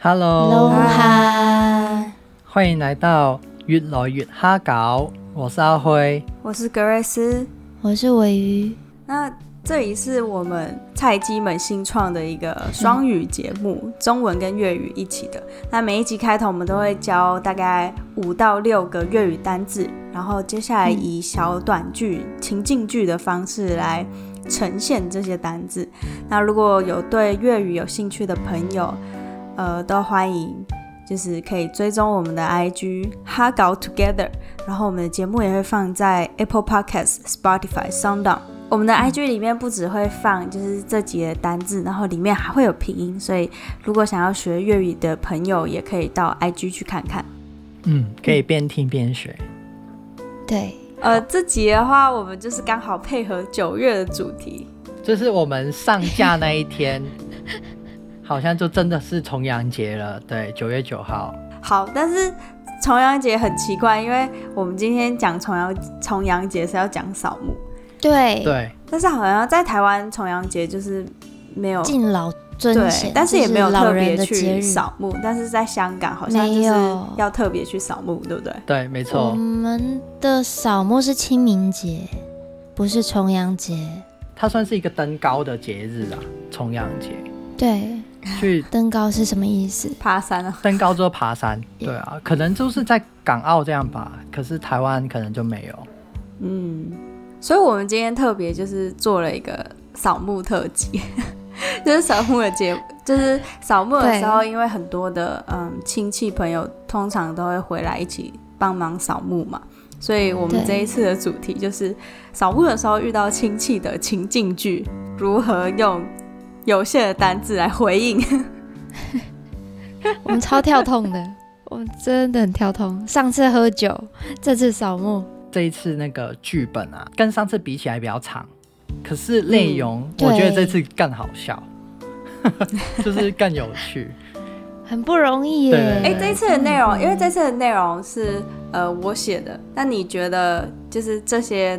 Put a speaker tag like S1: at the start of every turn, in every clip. S1: Hello，
S2: 喽
S3: 哈，
S1: 欢迎来到越来越哈搞，我是阿辉。
S2: 我是格瑞斯。
S3: 我是尾鱼，
S2: 那这里是我们菜鸡们新创的一个双语节目，中文跟粤语一起的。那每一集开头我们都会教大概五到六个粤语单字，然后接下来以小短剧、情境剧的方式来呈现这些单字。那如果有对粤语有兴趣的朋友，呃，都欢迎。就是可以追踪我们的 IG 哈搞 Together，然后我们的节目也会放在 Apple Podcast、Spotify、SoundOn。我
S3: 嗯
S2: 们的 IG 里面不只会放就是这集的单字，然后里面还会有拼音，所以如果想要学粤语的朋友，也可以到 IG 去看看。
S1: 嗯，可以边听边学。
S3: 对，
S2: 呃，这集的话，我们就是刚好配合九月的主题，
S1: 这是我们上架那一天，好像就真的是重阳节了。对，九月九号。
S2: 好，但是重阳节很奇怪，因为我们今天讲重阳重阳节是要讲扫墓，
S3: 对，
S1: 对，
S2: 但是好像在台湾重阳节就是没有
S3: 敬老尊
S2: 对
S3: 贤，，
S2: 但是
S3: 这
S2: 也没有
S3: 老
S2: 特
S3: 人
S2: 别
S3: 的节
S2: 去
S3: 日。
S2: 扫墓，但是在香港好像就
S3: 没
S2: 是
S3: 有
S2: 要特别去扫墓，对不对？
S1: 对，没错。
S3: 我们的扫墓是清明节，不是重阳节。
S1: 它算是一个登高的节日啊，重阳节。
S3: 对，
S1: 去
S3: 登高是什么意思？
S2: 爬山啊，
S1: 登高之后爬山。对啊，可能就是在港澳这样吧，可是台湾可能就没有。
S2: 嗯，所以我们今天特别就是做了一个扫墓特辑， 就是扫墓的节，就是扫墓的时候，因为很多的嗯亲戚朋友通常都会回来一起帮忙扫墓嘛，所以我们
S3: 对
S2: 这一次的主题就是扫墓的时候遇到亲戚的情境剧，如何用有限的单字来回应。
S3: 我们超跳痛的， 我们真的很跳痛。上次喝酒，这次扫墓，
S1: 这一次那个剧本啊，跟上次比起来比较长，可是内容
S3: 嗯
S1: 我觉得这
S3: 对
S1: 次更好笑， 就是更有 趣。
S3: 很不容易耶。
S1: 对
S2: 哎、这一次的内容，
S3: 嗯
S2: 因为这次的内容是呃我写的，那你觉得就是这些，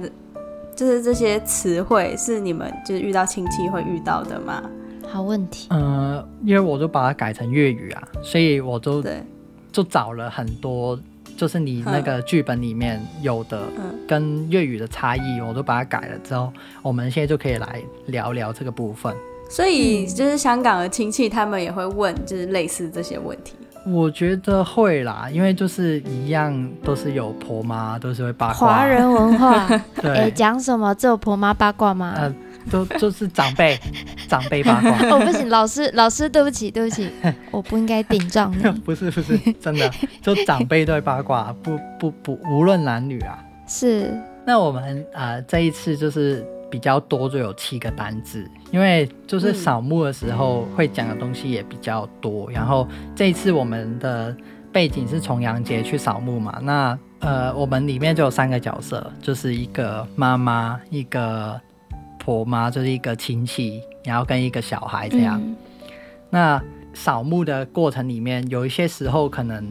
S2: 就是这些词汇是你们就是遇到亲戚会遇到的吗？
S3: 好问题，
S1: 呃，因为我就把它改成粤语啊，所以我就
S2: 对，
S1: 就找了很多，就是你那个剧本里面有的
S2: 嗯
S1: 跟粤语的差异，我都把它改了之后，我们现在就可以来聊聊这个部分。
S2: 所以就是香港的亲戚他们也会问，就是类似这些问题。
S1: 我觉得会啦，因为就是一样都是有婆妈，都是会八卦，
S3: 华人文化，哎，
S1: 对，
S3: 讲什么？这有婆妈八卦吗？
S1: 呃，都就是长辈长辈八卦。
S3: 哦，不行，老师，老师，对不起，对不 起，我不应该顶撞你。
S1: 不是不是，真的，就长辈对八卦，不不不，无论男女啊。
S3: 是，
S1: 那我们呃这一次就是比较多，就有七个单字，因为就是扫墓的时候会讲的东西也比较多。然后这一次我们的背景是重阳节去扫墓嘛，那呃我们里面就有三个角色，就是一个妈妈，一个婆妈，就是一个亲戚，然后跟一个小孩这样。
S3: 嗯
S1: 那扫墓的过程里面，有一些时候可能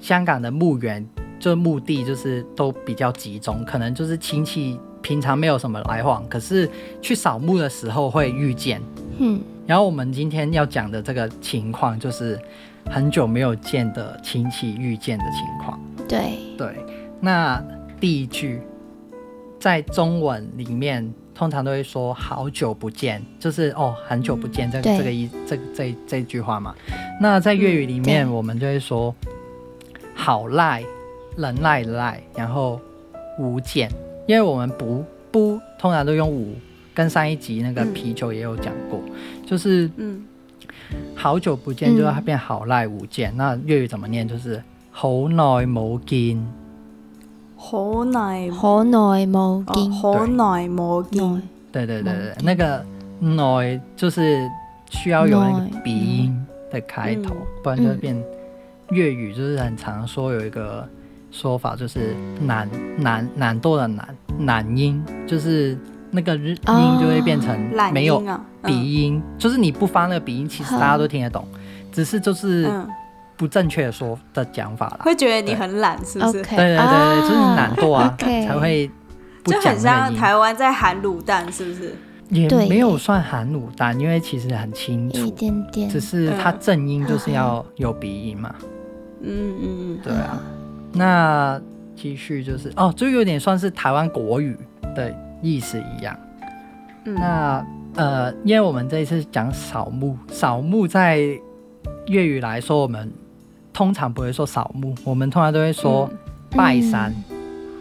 S1: 香港的墓园就墓地就是都比较集中，可能就是亲戚平常没有什么来往，可是去扫墓的时候会遇见。
S3: 嗯，
S1: 然后我们今天要讲的这个情况，就是很久没有见的亲戚遇见的情况。
S3: 嗯对，
S1: 对，那第一句在中文里面通常都会说“好久不见”，就是哦，很久不见、这个
S3: 对
S1: 这个一这这这句话嘛。那在粤语里面，
S3: 嗯对
S1: 我们就会说“好赖”，忍耐的赖，然后“无见”，因为我们不不通常都用“无”，跟上一集那个
S2: 嗯
S1: 啤酒也有讲过，就是
S2: 嗯，
S1: 好久不见就要
S3: 嗯
S1: 变好赖无见。那粤语怎么念？就是“好耐冇見”。
S2: 好耐
S3: 好耐冇哦
S2: 哦，
S3: 見，
S2: 好耐冇
S3: 耐
S2: 见，
S1: 对对对对
S3: 嗯，
S1: 那个耐就是需要有那个
S3: 耐
S1: 鼻音的开头，
S2: 嗯
S1: 不然就会变粤语就是很常说有一个说法就是
S2: 嗯
S1: 懒懒懒惰的懒懒音，就是那个日音就会变成
S2: 哦懒
S1: 没有
S2: 音啊，嗯
S1: 鼻音，就是你不发那个鼻音，其实
S3: 好
S1: 大家都听得懂，只是就是
S2: 嗯，
S1: 不正确的说的讲法啦。
S2: 会觉得你很懒，是不是？
S3: 哦
S1: 对
S3: OK，
S1: 对对，
S3: 啊
S1: 就是懒惰啊，
S3: OK
S1: 才会不
S2: 就
S1: 讲那
S2: 很
S1: 个
S2: 像
S1: 音。
S2: 台湾在喊卤蛋，是不是？
S1: 也
S3: 对
S1: 没有算含卤蛋，因为其实很清
S3: 一
S1: 楚，
S3: 点点嗯
S1: 只。是它正音就是要有鼻音嘛。
S2: 嗯嗯
S1: 对啊，
S3: 哦
S1: 那继续就是哦，就有点算是台湾国语的意思一样。
S2: 嗯
S1: 那呃，因为我们这一次讲扫墓，扫墓在粤语来说，我们通常不会说扫墓，我们通常都会说
S3: 嗯
S1: 拜山，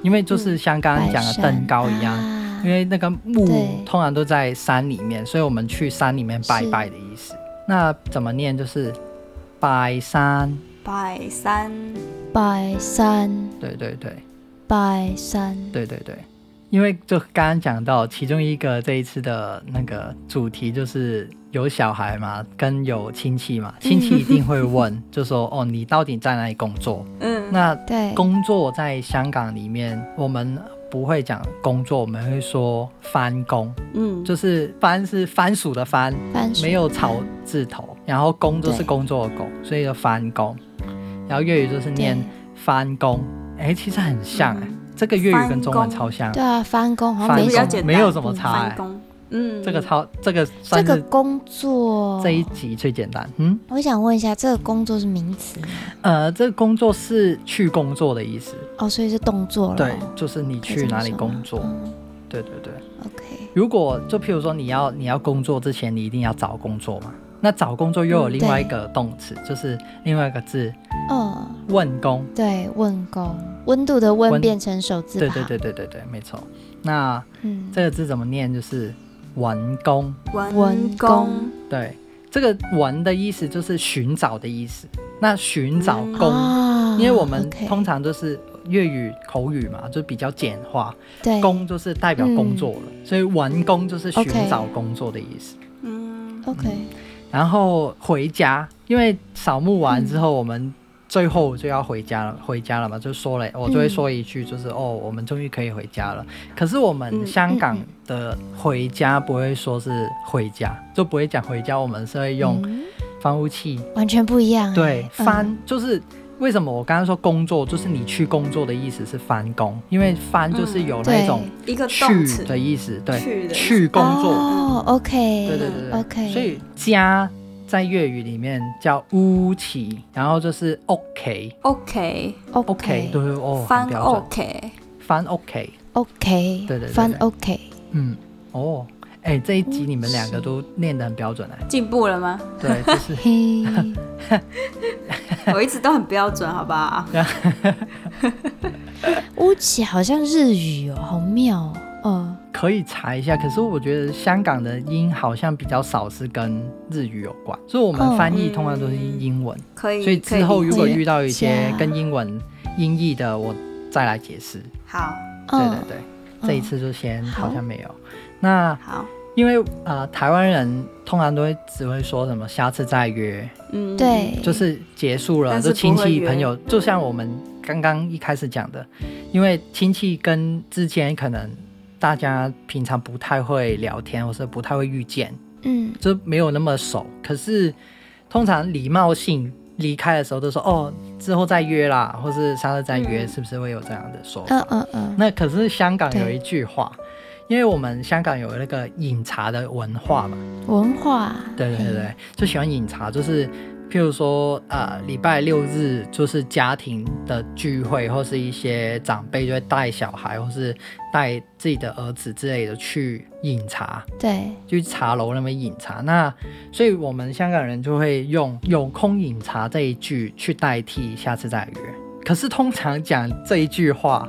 S1: 因为就是像刚刚讲的登高一样，
S3: 啊
S1: 因为那个墓
S3: 对
S1: 通常都在山里面，所以我们去山里面拜
S3: 是
S1: 拜的意思。那怎么念就是拜山，
S2: 嗯，拜山，
S3: 拜山，
S1: 对对对。
S3: 拜山，
S1: 对对对，因为就刚刚讲到，其中一个这一次的那个主题就是有小孩嘛，跟有亲戚
S3: 嗯
S1: 嘛，亲戚一定会 问，就说哦，你到底在哪里工作？
S2: 嗯
S1: 那
S3: 对，
S1: 工作在香港里面，我们不会讲工作，我们会说翻工，
S2: 嗯，
S1: 就是番是番薯的番，
S3: 番薯
S1: 没有草字头，然后工就是
S3: 对
S1: 工作的工，所以就翻工。然后粤语就是念
S3: 对
S1: 翻工，哎，其实很像哎、
S2: 嗯
S1: 这个粤语跟
S2: 翻
S1: 中文
S2: 工
S1: 超像。
S3: 对啊，翻工好像
S1: 翻
S3: 没
S2: 比
S1: 工
S3: 什
S2: 较
S3: 么
S2: 简单，
S1: 没有什么差哎
S2: 翻工，嗯，
S1: 这个超，这个
S3: 这
S1: 算
S3: 个
S1: 是
S3: 工作，
S1: 这一集最简单。嗯，
S3: 我想问一下，这个工作是名词吗
S1: 呃，这个工作是去工作的意思，
S3: 哦，所以是动作了。
S1: 对，就是你
S3: 可以这
S1: 去
S3: 么
S1: 哪里
S3: 说
S1: 工
S3: 吗
S1: 作。
S3: 嗯
S1: 对对对，
S3: OK，
S1: 如果就譬如说你要你要工作之前，你一定要找工作嘛。那找工作又有
S3: 嗯
S1: 另外一
S3: 对
S1: 个动词，就是另外一个字
S3: 嗯，
S1: 问工。
S3: 对，问工，温度的温
S1: 温
S3: 变成手字
S1: 对
S3: 旁，
S1: 对对对对对，没错。那
S3: 嗯，
S1: 这个字怎么念？就是文工。
S2: 文
S3: 文
S2: 工
S3: 工，
S1: 对，这个文的意思就是寻找的意思。那寻找
S2: 嗯
S1: 工
S3: 啊
S1: 因为我们
S3: OK，
S1: 通常都是粤语口语嘛，就比较简化，
S3: 对嗯
S1: 工就是代表工作了，所以完工就是寻
S3: OK
S1: 找工作的意思。
S2: 嗯
S3: OK
S1: 然后回家，因为扫墓完之后，我们最后就要回家了，
S3: 嗯
S1: 回家了嘛，就说了，我就会说一句，就是、哦，我们终于可以回家了。可是我们
S2: 嗯
S1: 香港
S3: 嗯嗯
S1: 的回家不会说是回家，就不会讲回家，我们是会用
S3: 嗯
S1: 翻屋器
S3: 完全不一样欸，
S1: 对，
S3: 嗯
S1: 翻、就是为什么我刚刚说工作，就是你去工作的意思是翻工，因为翻就是有那
S3: 对
S1: 种
S2: 一个动
S1: 去
S2: 词，
S1: 的意思，对，
S2: 去的意思
S1: 去工作，
S3: 哦，OK，
S1: 对对对对
S3: OK
S1: 所以家在粤语里面叫屋企，然后就是 OK
S2: ，OK，
S1: OK，
S3: OK
S1: 对对哦，很
S2: 翻
S1: 标准，
S2: OK，
S1: 翻 OK，
S3: OK，
S1: 对对对
S3: 翻
S1: 对
S3: OK，
S1: 嗯，哦，哎，这一集你们两个都念得很标准哎，
S2: 进步了吗？
S1: 对，就是
S3: 嘿，
S2: 我一直都很标准，好不 好？
S3: 乌起好像日语哦，好妙哦，嗯。
S1: 可以查一下，可是我觉得香港的音好像比较少是跟日语有关，所以我们
S3: 哦
S1: 翻译通常都是
S2: 嗯
S1: 英文。
S2: 可以，
S1: 所以
S2: 可
S1: 之后
S2: 理
S1: 如果
S2: 解
S1: 遇到一
S3: 可以
S1: 些
S3: 理解
S1: 跟英文音译的，我再来解释。
S2: 好
S1: 对
S3: 嗯
S1: 对对，这一次就先
S3: 好
S1: 好像没有。那
S2: 好，
S1: 因为呃，台湾人通常都会只会说什么下次再约，
S2: 嗯，
S3: 对，
S1: 就是结束了，
S2: 但是
S1: 就亲
S2: 不会
S1: 戚
S2: 约嗯
S1: 朋友，就像我们刚刚一开始讲的，因为亲戚跟之间可能大家平常不太会聊天，或是不太会遇见，
S3: 嗯，
S1: 就没有那么熟。可是通常礼貌性离开的时候都说哦，之后再约啦，或是下次再约，
S2: 嗯
S1: 是不是会有这样的说法？
S3: 嗯嗯嗯，
S1: 那可是香港有
S3: 对
S1: 一句话，
S2: 嗯
S1: 因为我们香港有那个饮茶的文化嘛，
S3: 文化，
S1: 对对对对，就喜欢饮茶，就是譬如说呃，礼拜六日就是家庭的聚会，或是一些长辈就会带小孩或是带自己的儿子之类的去饮茶，
S3: 对，
S1: 去茶楼那边饮茶。那所以我们香港人就会用“有空饮茶”这一句去代替下次再约。可是通常讲这一句话，“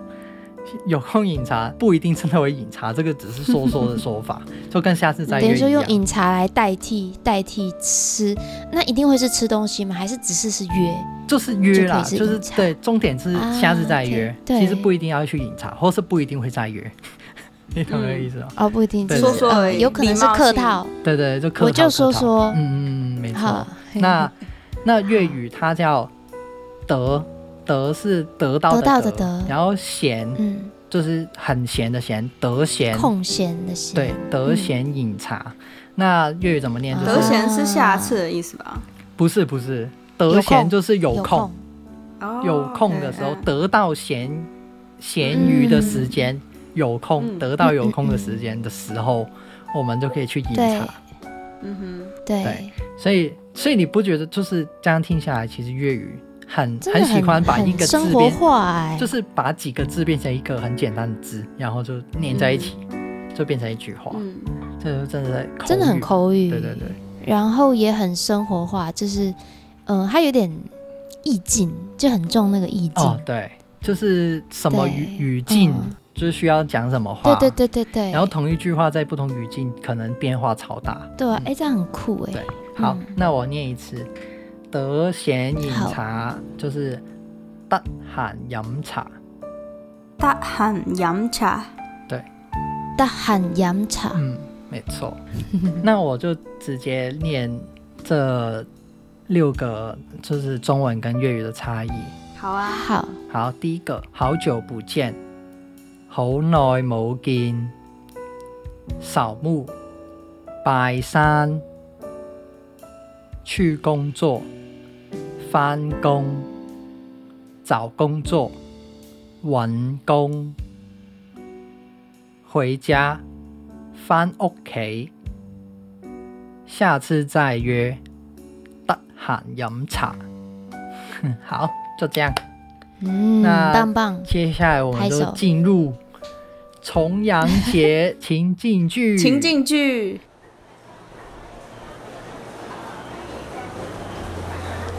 S1: 有空饮茶”不一定真的会饮茶，这个只是说说的说法，就跟下次再
S3: 等
S1: 约
S3: 于说
S1: 一样
S3: 用。饮茶来代替代替吃，那一定会是吃东西吗？还是只是是约？
S1: 就是约啦，
S3: 就可以是
S1: 就是
S3: 饮茶
S1: 对，重点是
S3: 啊
S1: 下次再约，
S3: OK，对
S1: 其实不一定要去饮茶，或是不一定会再约， 你懂我的意思吗？
S3: 哦，不一定，
S1: 对
S3: 只
S1: 说
S3: 是
S2: 说
S3: 呃
S2: 而已
S3: 有可能
S2: 礼
S3: 是
S2: 貌
S3: 客
S2: 性
S3: 套，
S1: 对对，就客
S3: 嗯我
S1: 套
S3: 就说
S1: 客套
S3: 说
S1: 嗯嗯嗯，没错
S3: 好。，嗯
S1: 那那粤语它叫得，得是得到的
S3: 得到的得
S1: 然后闲
S3: 嗯，
S1: 就是很闲的闲，得闲，
S3: 空闲的闲，
S1: 对，得闲饮茶。那粤语怎么念？就
S2: 得
S1: 是
S2: 闲是下次的意思吧？
S1: 不是不是，得闲就是有
S3: 有
S1: 空，，
S2: 哦
S1: 有空的时候
S2: 嗯嗯
S1: 得到闲闲余的时间，有空
S2: 嗯
S1: 得到有空的时间的时候，我们就可以去饮
S3: 嗯对
S1: 茶。
S2: 嗯
S3: 对
S1: 对，所以，所以你不觉得就是这样听下来，其实粤语很
S3: 真的
S1: 喜欢把
S3: 很
S1: 一个字
S3: 生活
S1: 变，
S3: 化哎、
S1: 就是把几个字变成一个很简单的字，然后就粘在一起，就变成一句话
S2: 哼，。嗯，
S1: 这就真的在口
S3: 真的很
S1: 语。
S3: 口语，
S1: 对对对，
S3: 然后也很生活化，就是嗯、呃，它有点意境，就很重那个意境。
S1: 哦，对，就是什么
S3: 对
S1: 语语境
S3: 嗯，
S1: 就是需要讲什么话。
S3: 对对对对对，
S1: 然后同一句话在不同语境可能变化超大。
S3: 对啊，哎、这样很酷哎、
S1: 嗯对好，那我念一次：得闲饮
S3: 好啊
S1: 茶就是得闲饮茶，
S2: 大喊饮茶，
S3: 大喊洋茶，
S1: 嗯，没错。 那我就直接念这六个，就是中文跟粤语的差异。
S2: 好
S1: 嗯
S2: 啊，
S3: 好，
S1: 好，第一个，好久不见，好耐冇见，扫墓，拜山，去工作，翻工，找工作，揾工，回家，翻屋企，下次再约，得閒飲茶。 好，就这样。
S3: 嗯，
S1: 那
S3: 棒棒，
S1: 接下来我们就
S3: 拍手
S1: 进入重阳节情境 剧。
S2: 情境剧，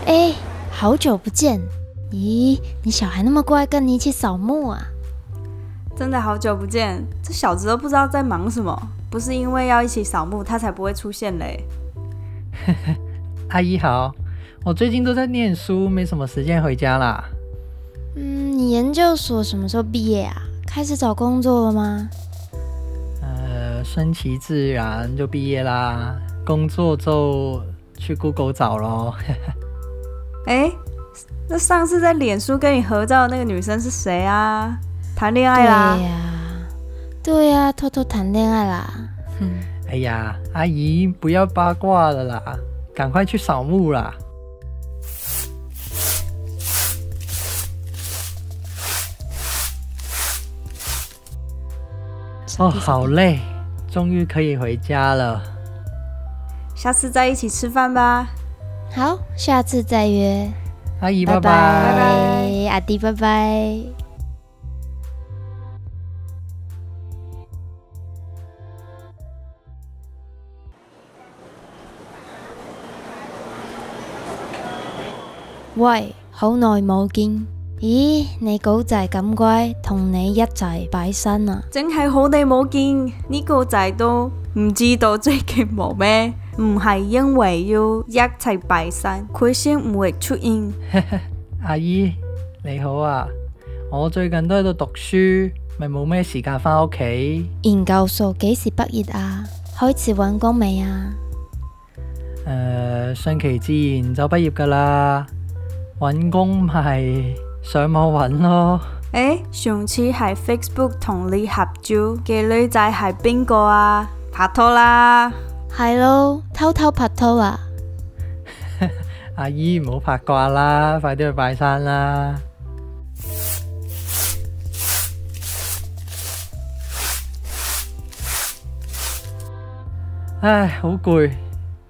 S3: 哎、好久不见，咦，你小孩那么乖，跟你一起扫墓啊？
S2: 真的好久不见，这小子都不知道在忙什么。不是因为要一起扫墓，他才不会出现嘞。
S1: 阿姨好，我最近都在念书，没什么时间回家啦。
S3: 嗯，你研究所什么时候毕业啊？开始找工作了吗？
S1: 呃，顺其自然就毕业啦，工作就去 Google 找咯。
S2: 哎，那上次在脸书跟你合照的那个女生是谁啊？谈恋
S1: 哎
S2: 爱啦
S3: 对？呀、对呀、偷偷谈恋爱啦。
S1: 哎呀，阿姨不要八卦了啦，赶快去扫墓啦。哦，
S3: 扫地
S1: 好，累，终于可以回家了。
S2: 下次再一起吃饭吧。
S3: 好，下次再约，
S1: 阿姨，
S3: 拜
S1: 拜拜
S2: 拜
S3: 阿迪，拜拜。喂，好耐冇見，咦，你狗仔咁乖，同你一齊擺身啊？
S2: 真係好耐冇見，呢、個仔都唔知道最近忙咩？唔係因為要一齊拜山，佢先唔會出現。
S1: 阿姨你好啊，我最近都喺度讀書，咪冇咩時間返屋企。
S3: 研究所幾時畢業啊？開始揾工未啊？
S1: 誒、順其自然就畢業㗎啦，揾工咪 上網揾咯。
S2: 诶，哎上次喺 Facebook 同你合照嘅女仔係邊個啊？拍拖啦！
S3: 係咯，偷偷拍拖啊？
S1: 阿姨唔好八卦啦，快啲去拜山啦。唉，好攰，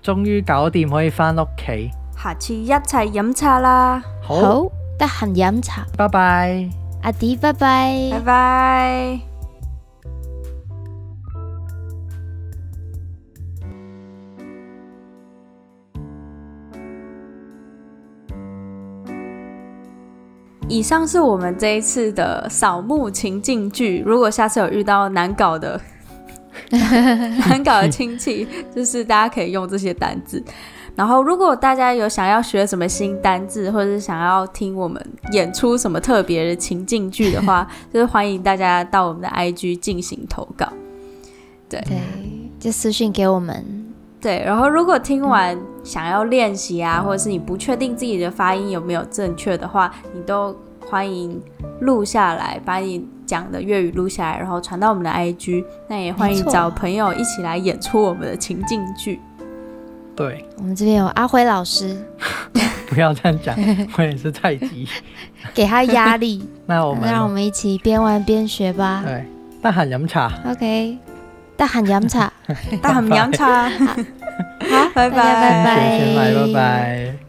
S1: 終於搞掂可以返屋企。
S2: 下次一齊飲茶啦，
S1: 好，
S3: 得閒飲茶。
S1: 拜拜。
S3: 阿迪，拜拜。
S2: 拜拜。以上是我们这一次的扫墓情境剧。如果下次有遇到难搞的、难搞的亲戚，就是大家可以用这些单字。然后，如果大家有想要学什么新单字，或者是想要听我们演出什么特别的情境剧的话，就是欢迎大家到我们的 IG 进行投稿。对，
S3: 对，就私信给我们。
S2: 对，然后如果听完想要练习啊，或者是你不确定自己的发音有没有正确的话，你都欢迎录下来，把你讲的粤语录下来，然后传到我们的 IG。那也欢
S3: 没
S2: 迎
S3: 错
S2: 找朋友一起来演出我们的情境剧。
S1: 对，
S3: 我们这边有阿辉老师，
S1: 不要这样讲，我也是太 急。
S3: 给他压力，
S1: 那我
S3: 让我
S1: 们
S3: 们一起边玩边学吧。
S1: 对，大喊饮茶。
S3: OK，大喊饮茶。
S4: 大家很洋茶，
S2: 好，
S4: 拜
S2: 大家拜
S4: 拜
S1: 谢谢，拜拜。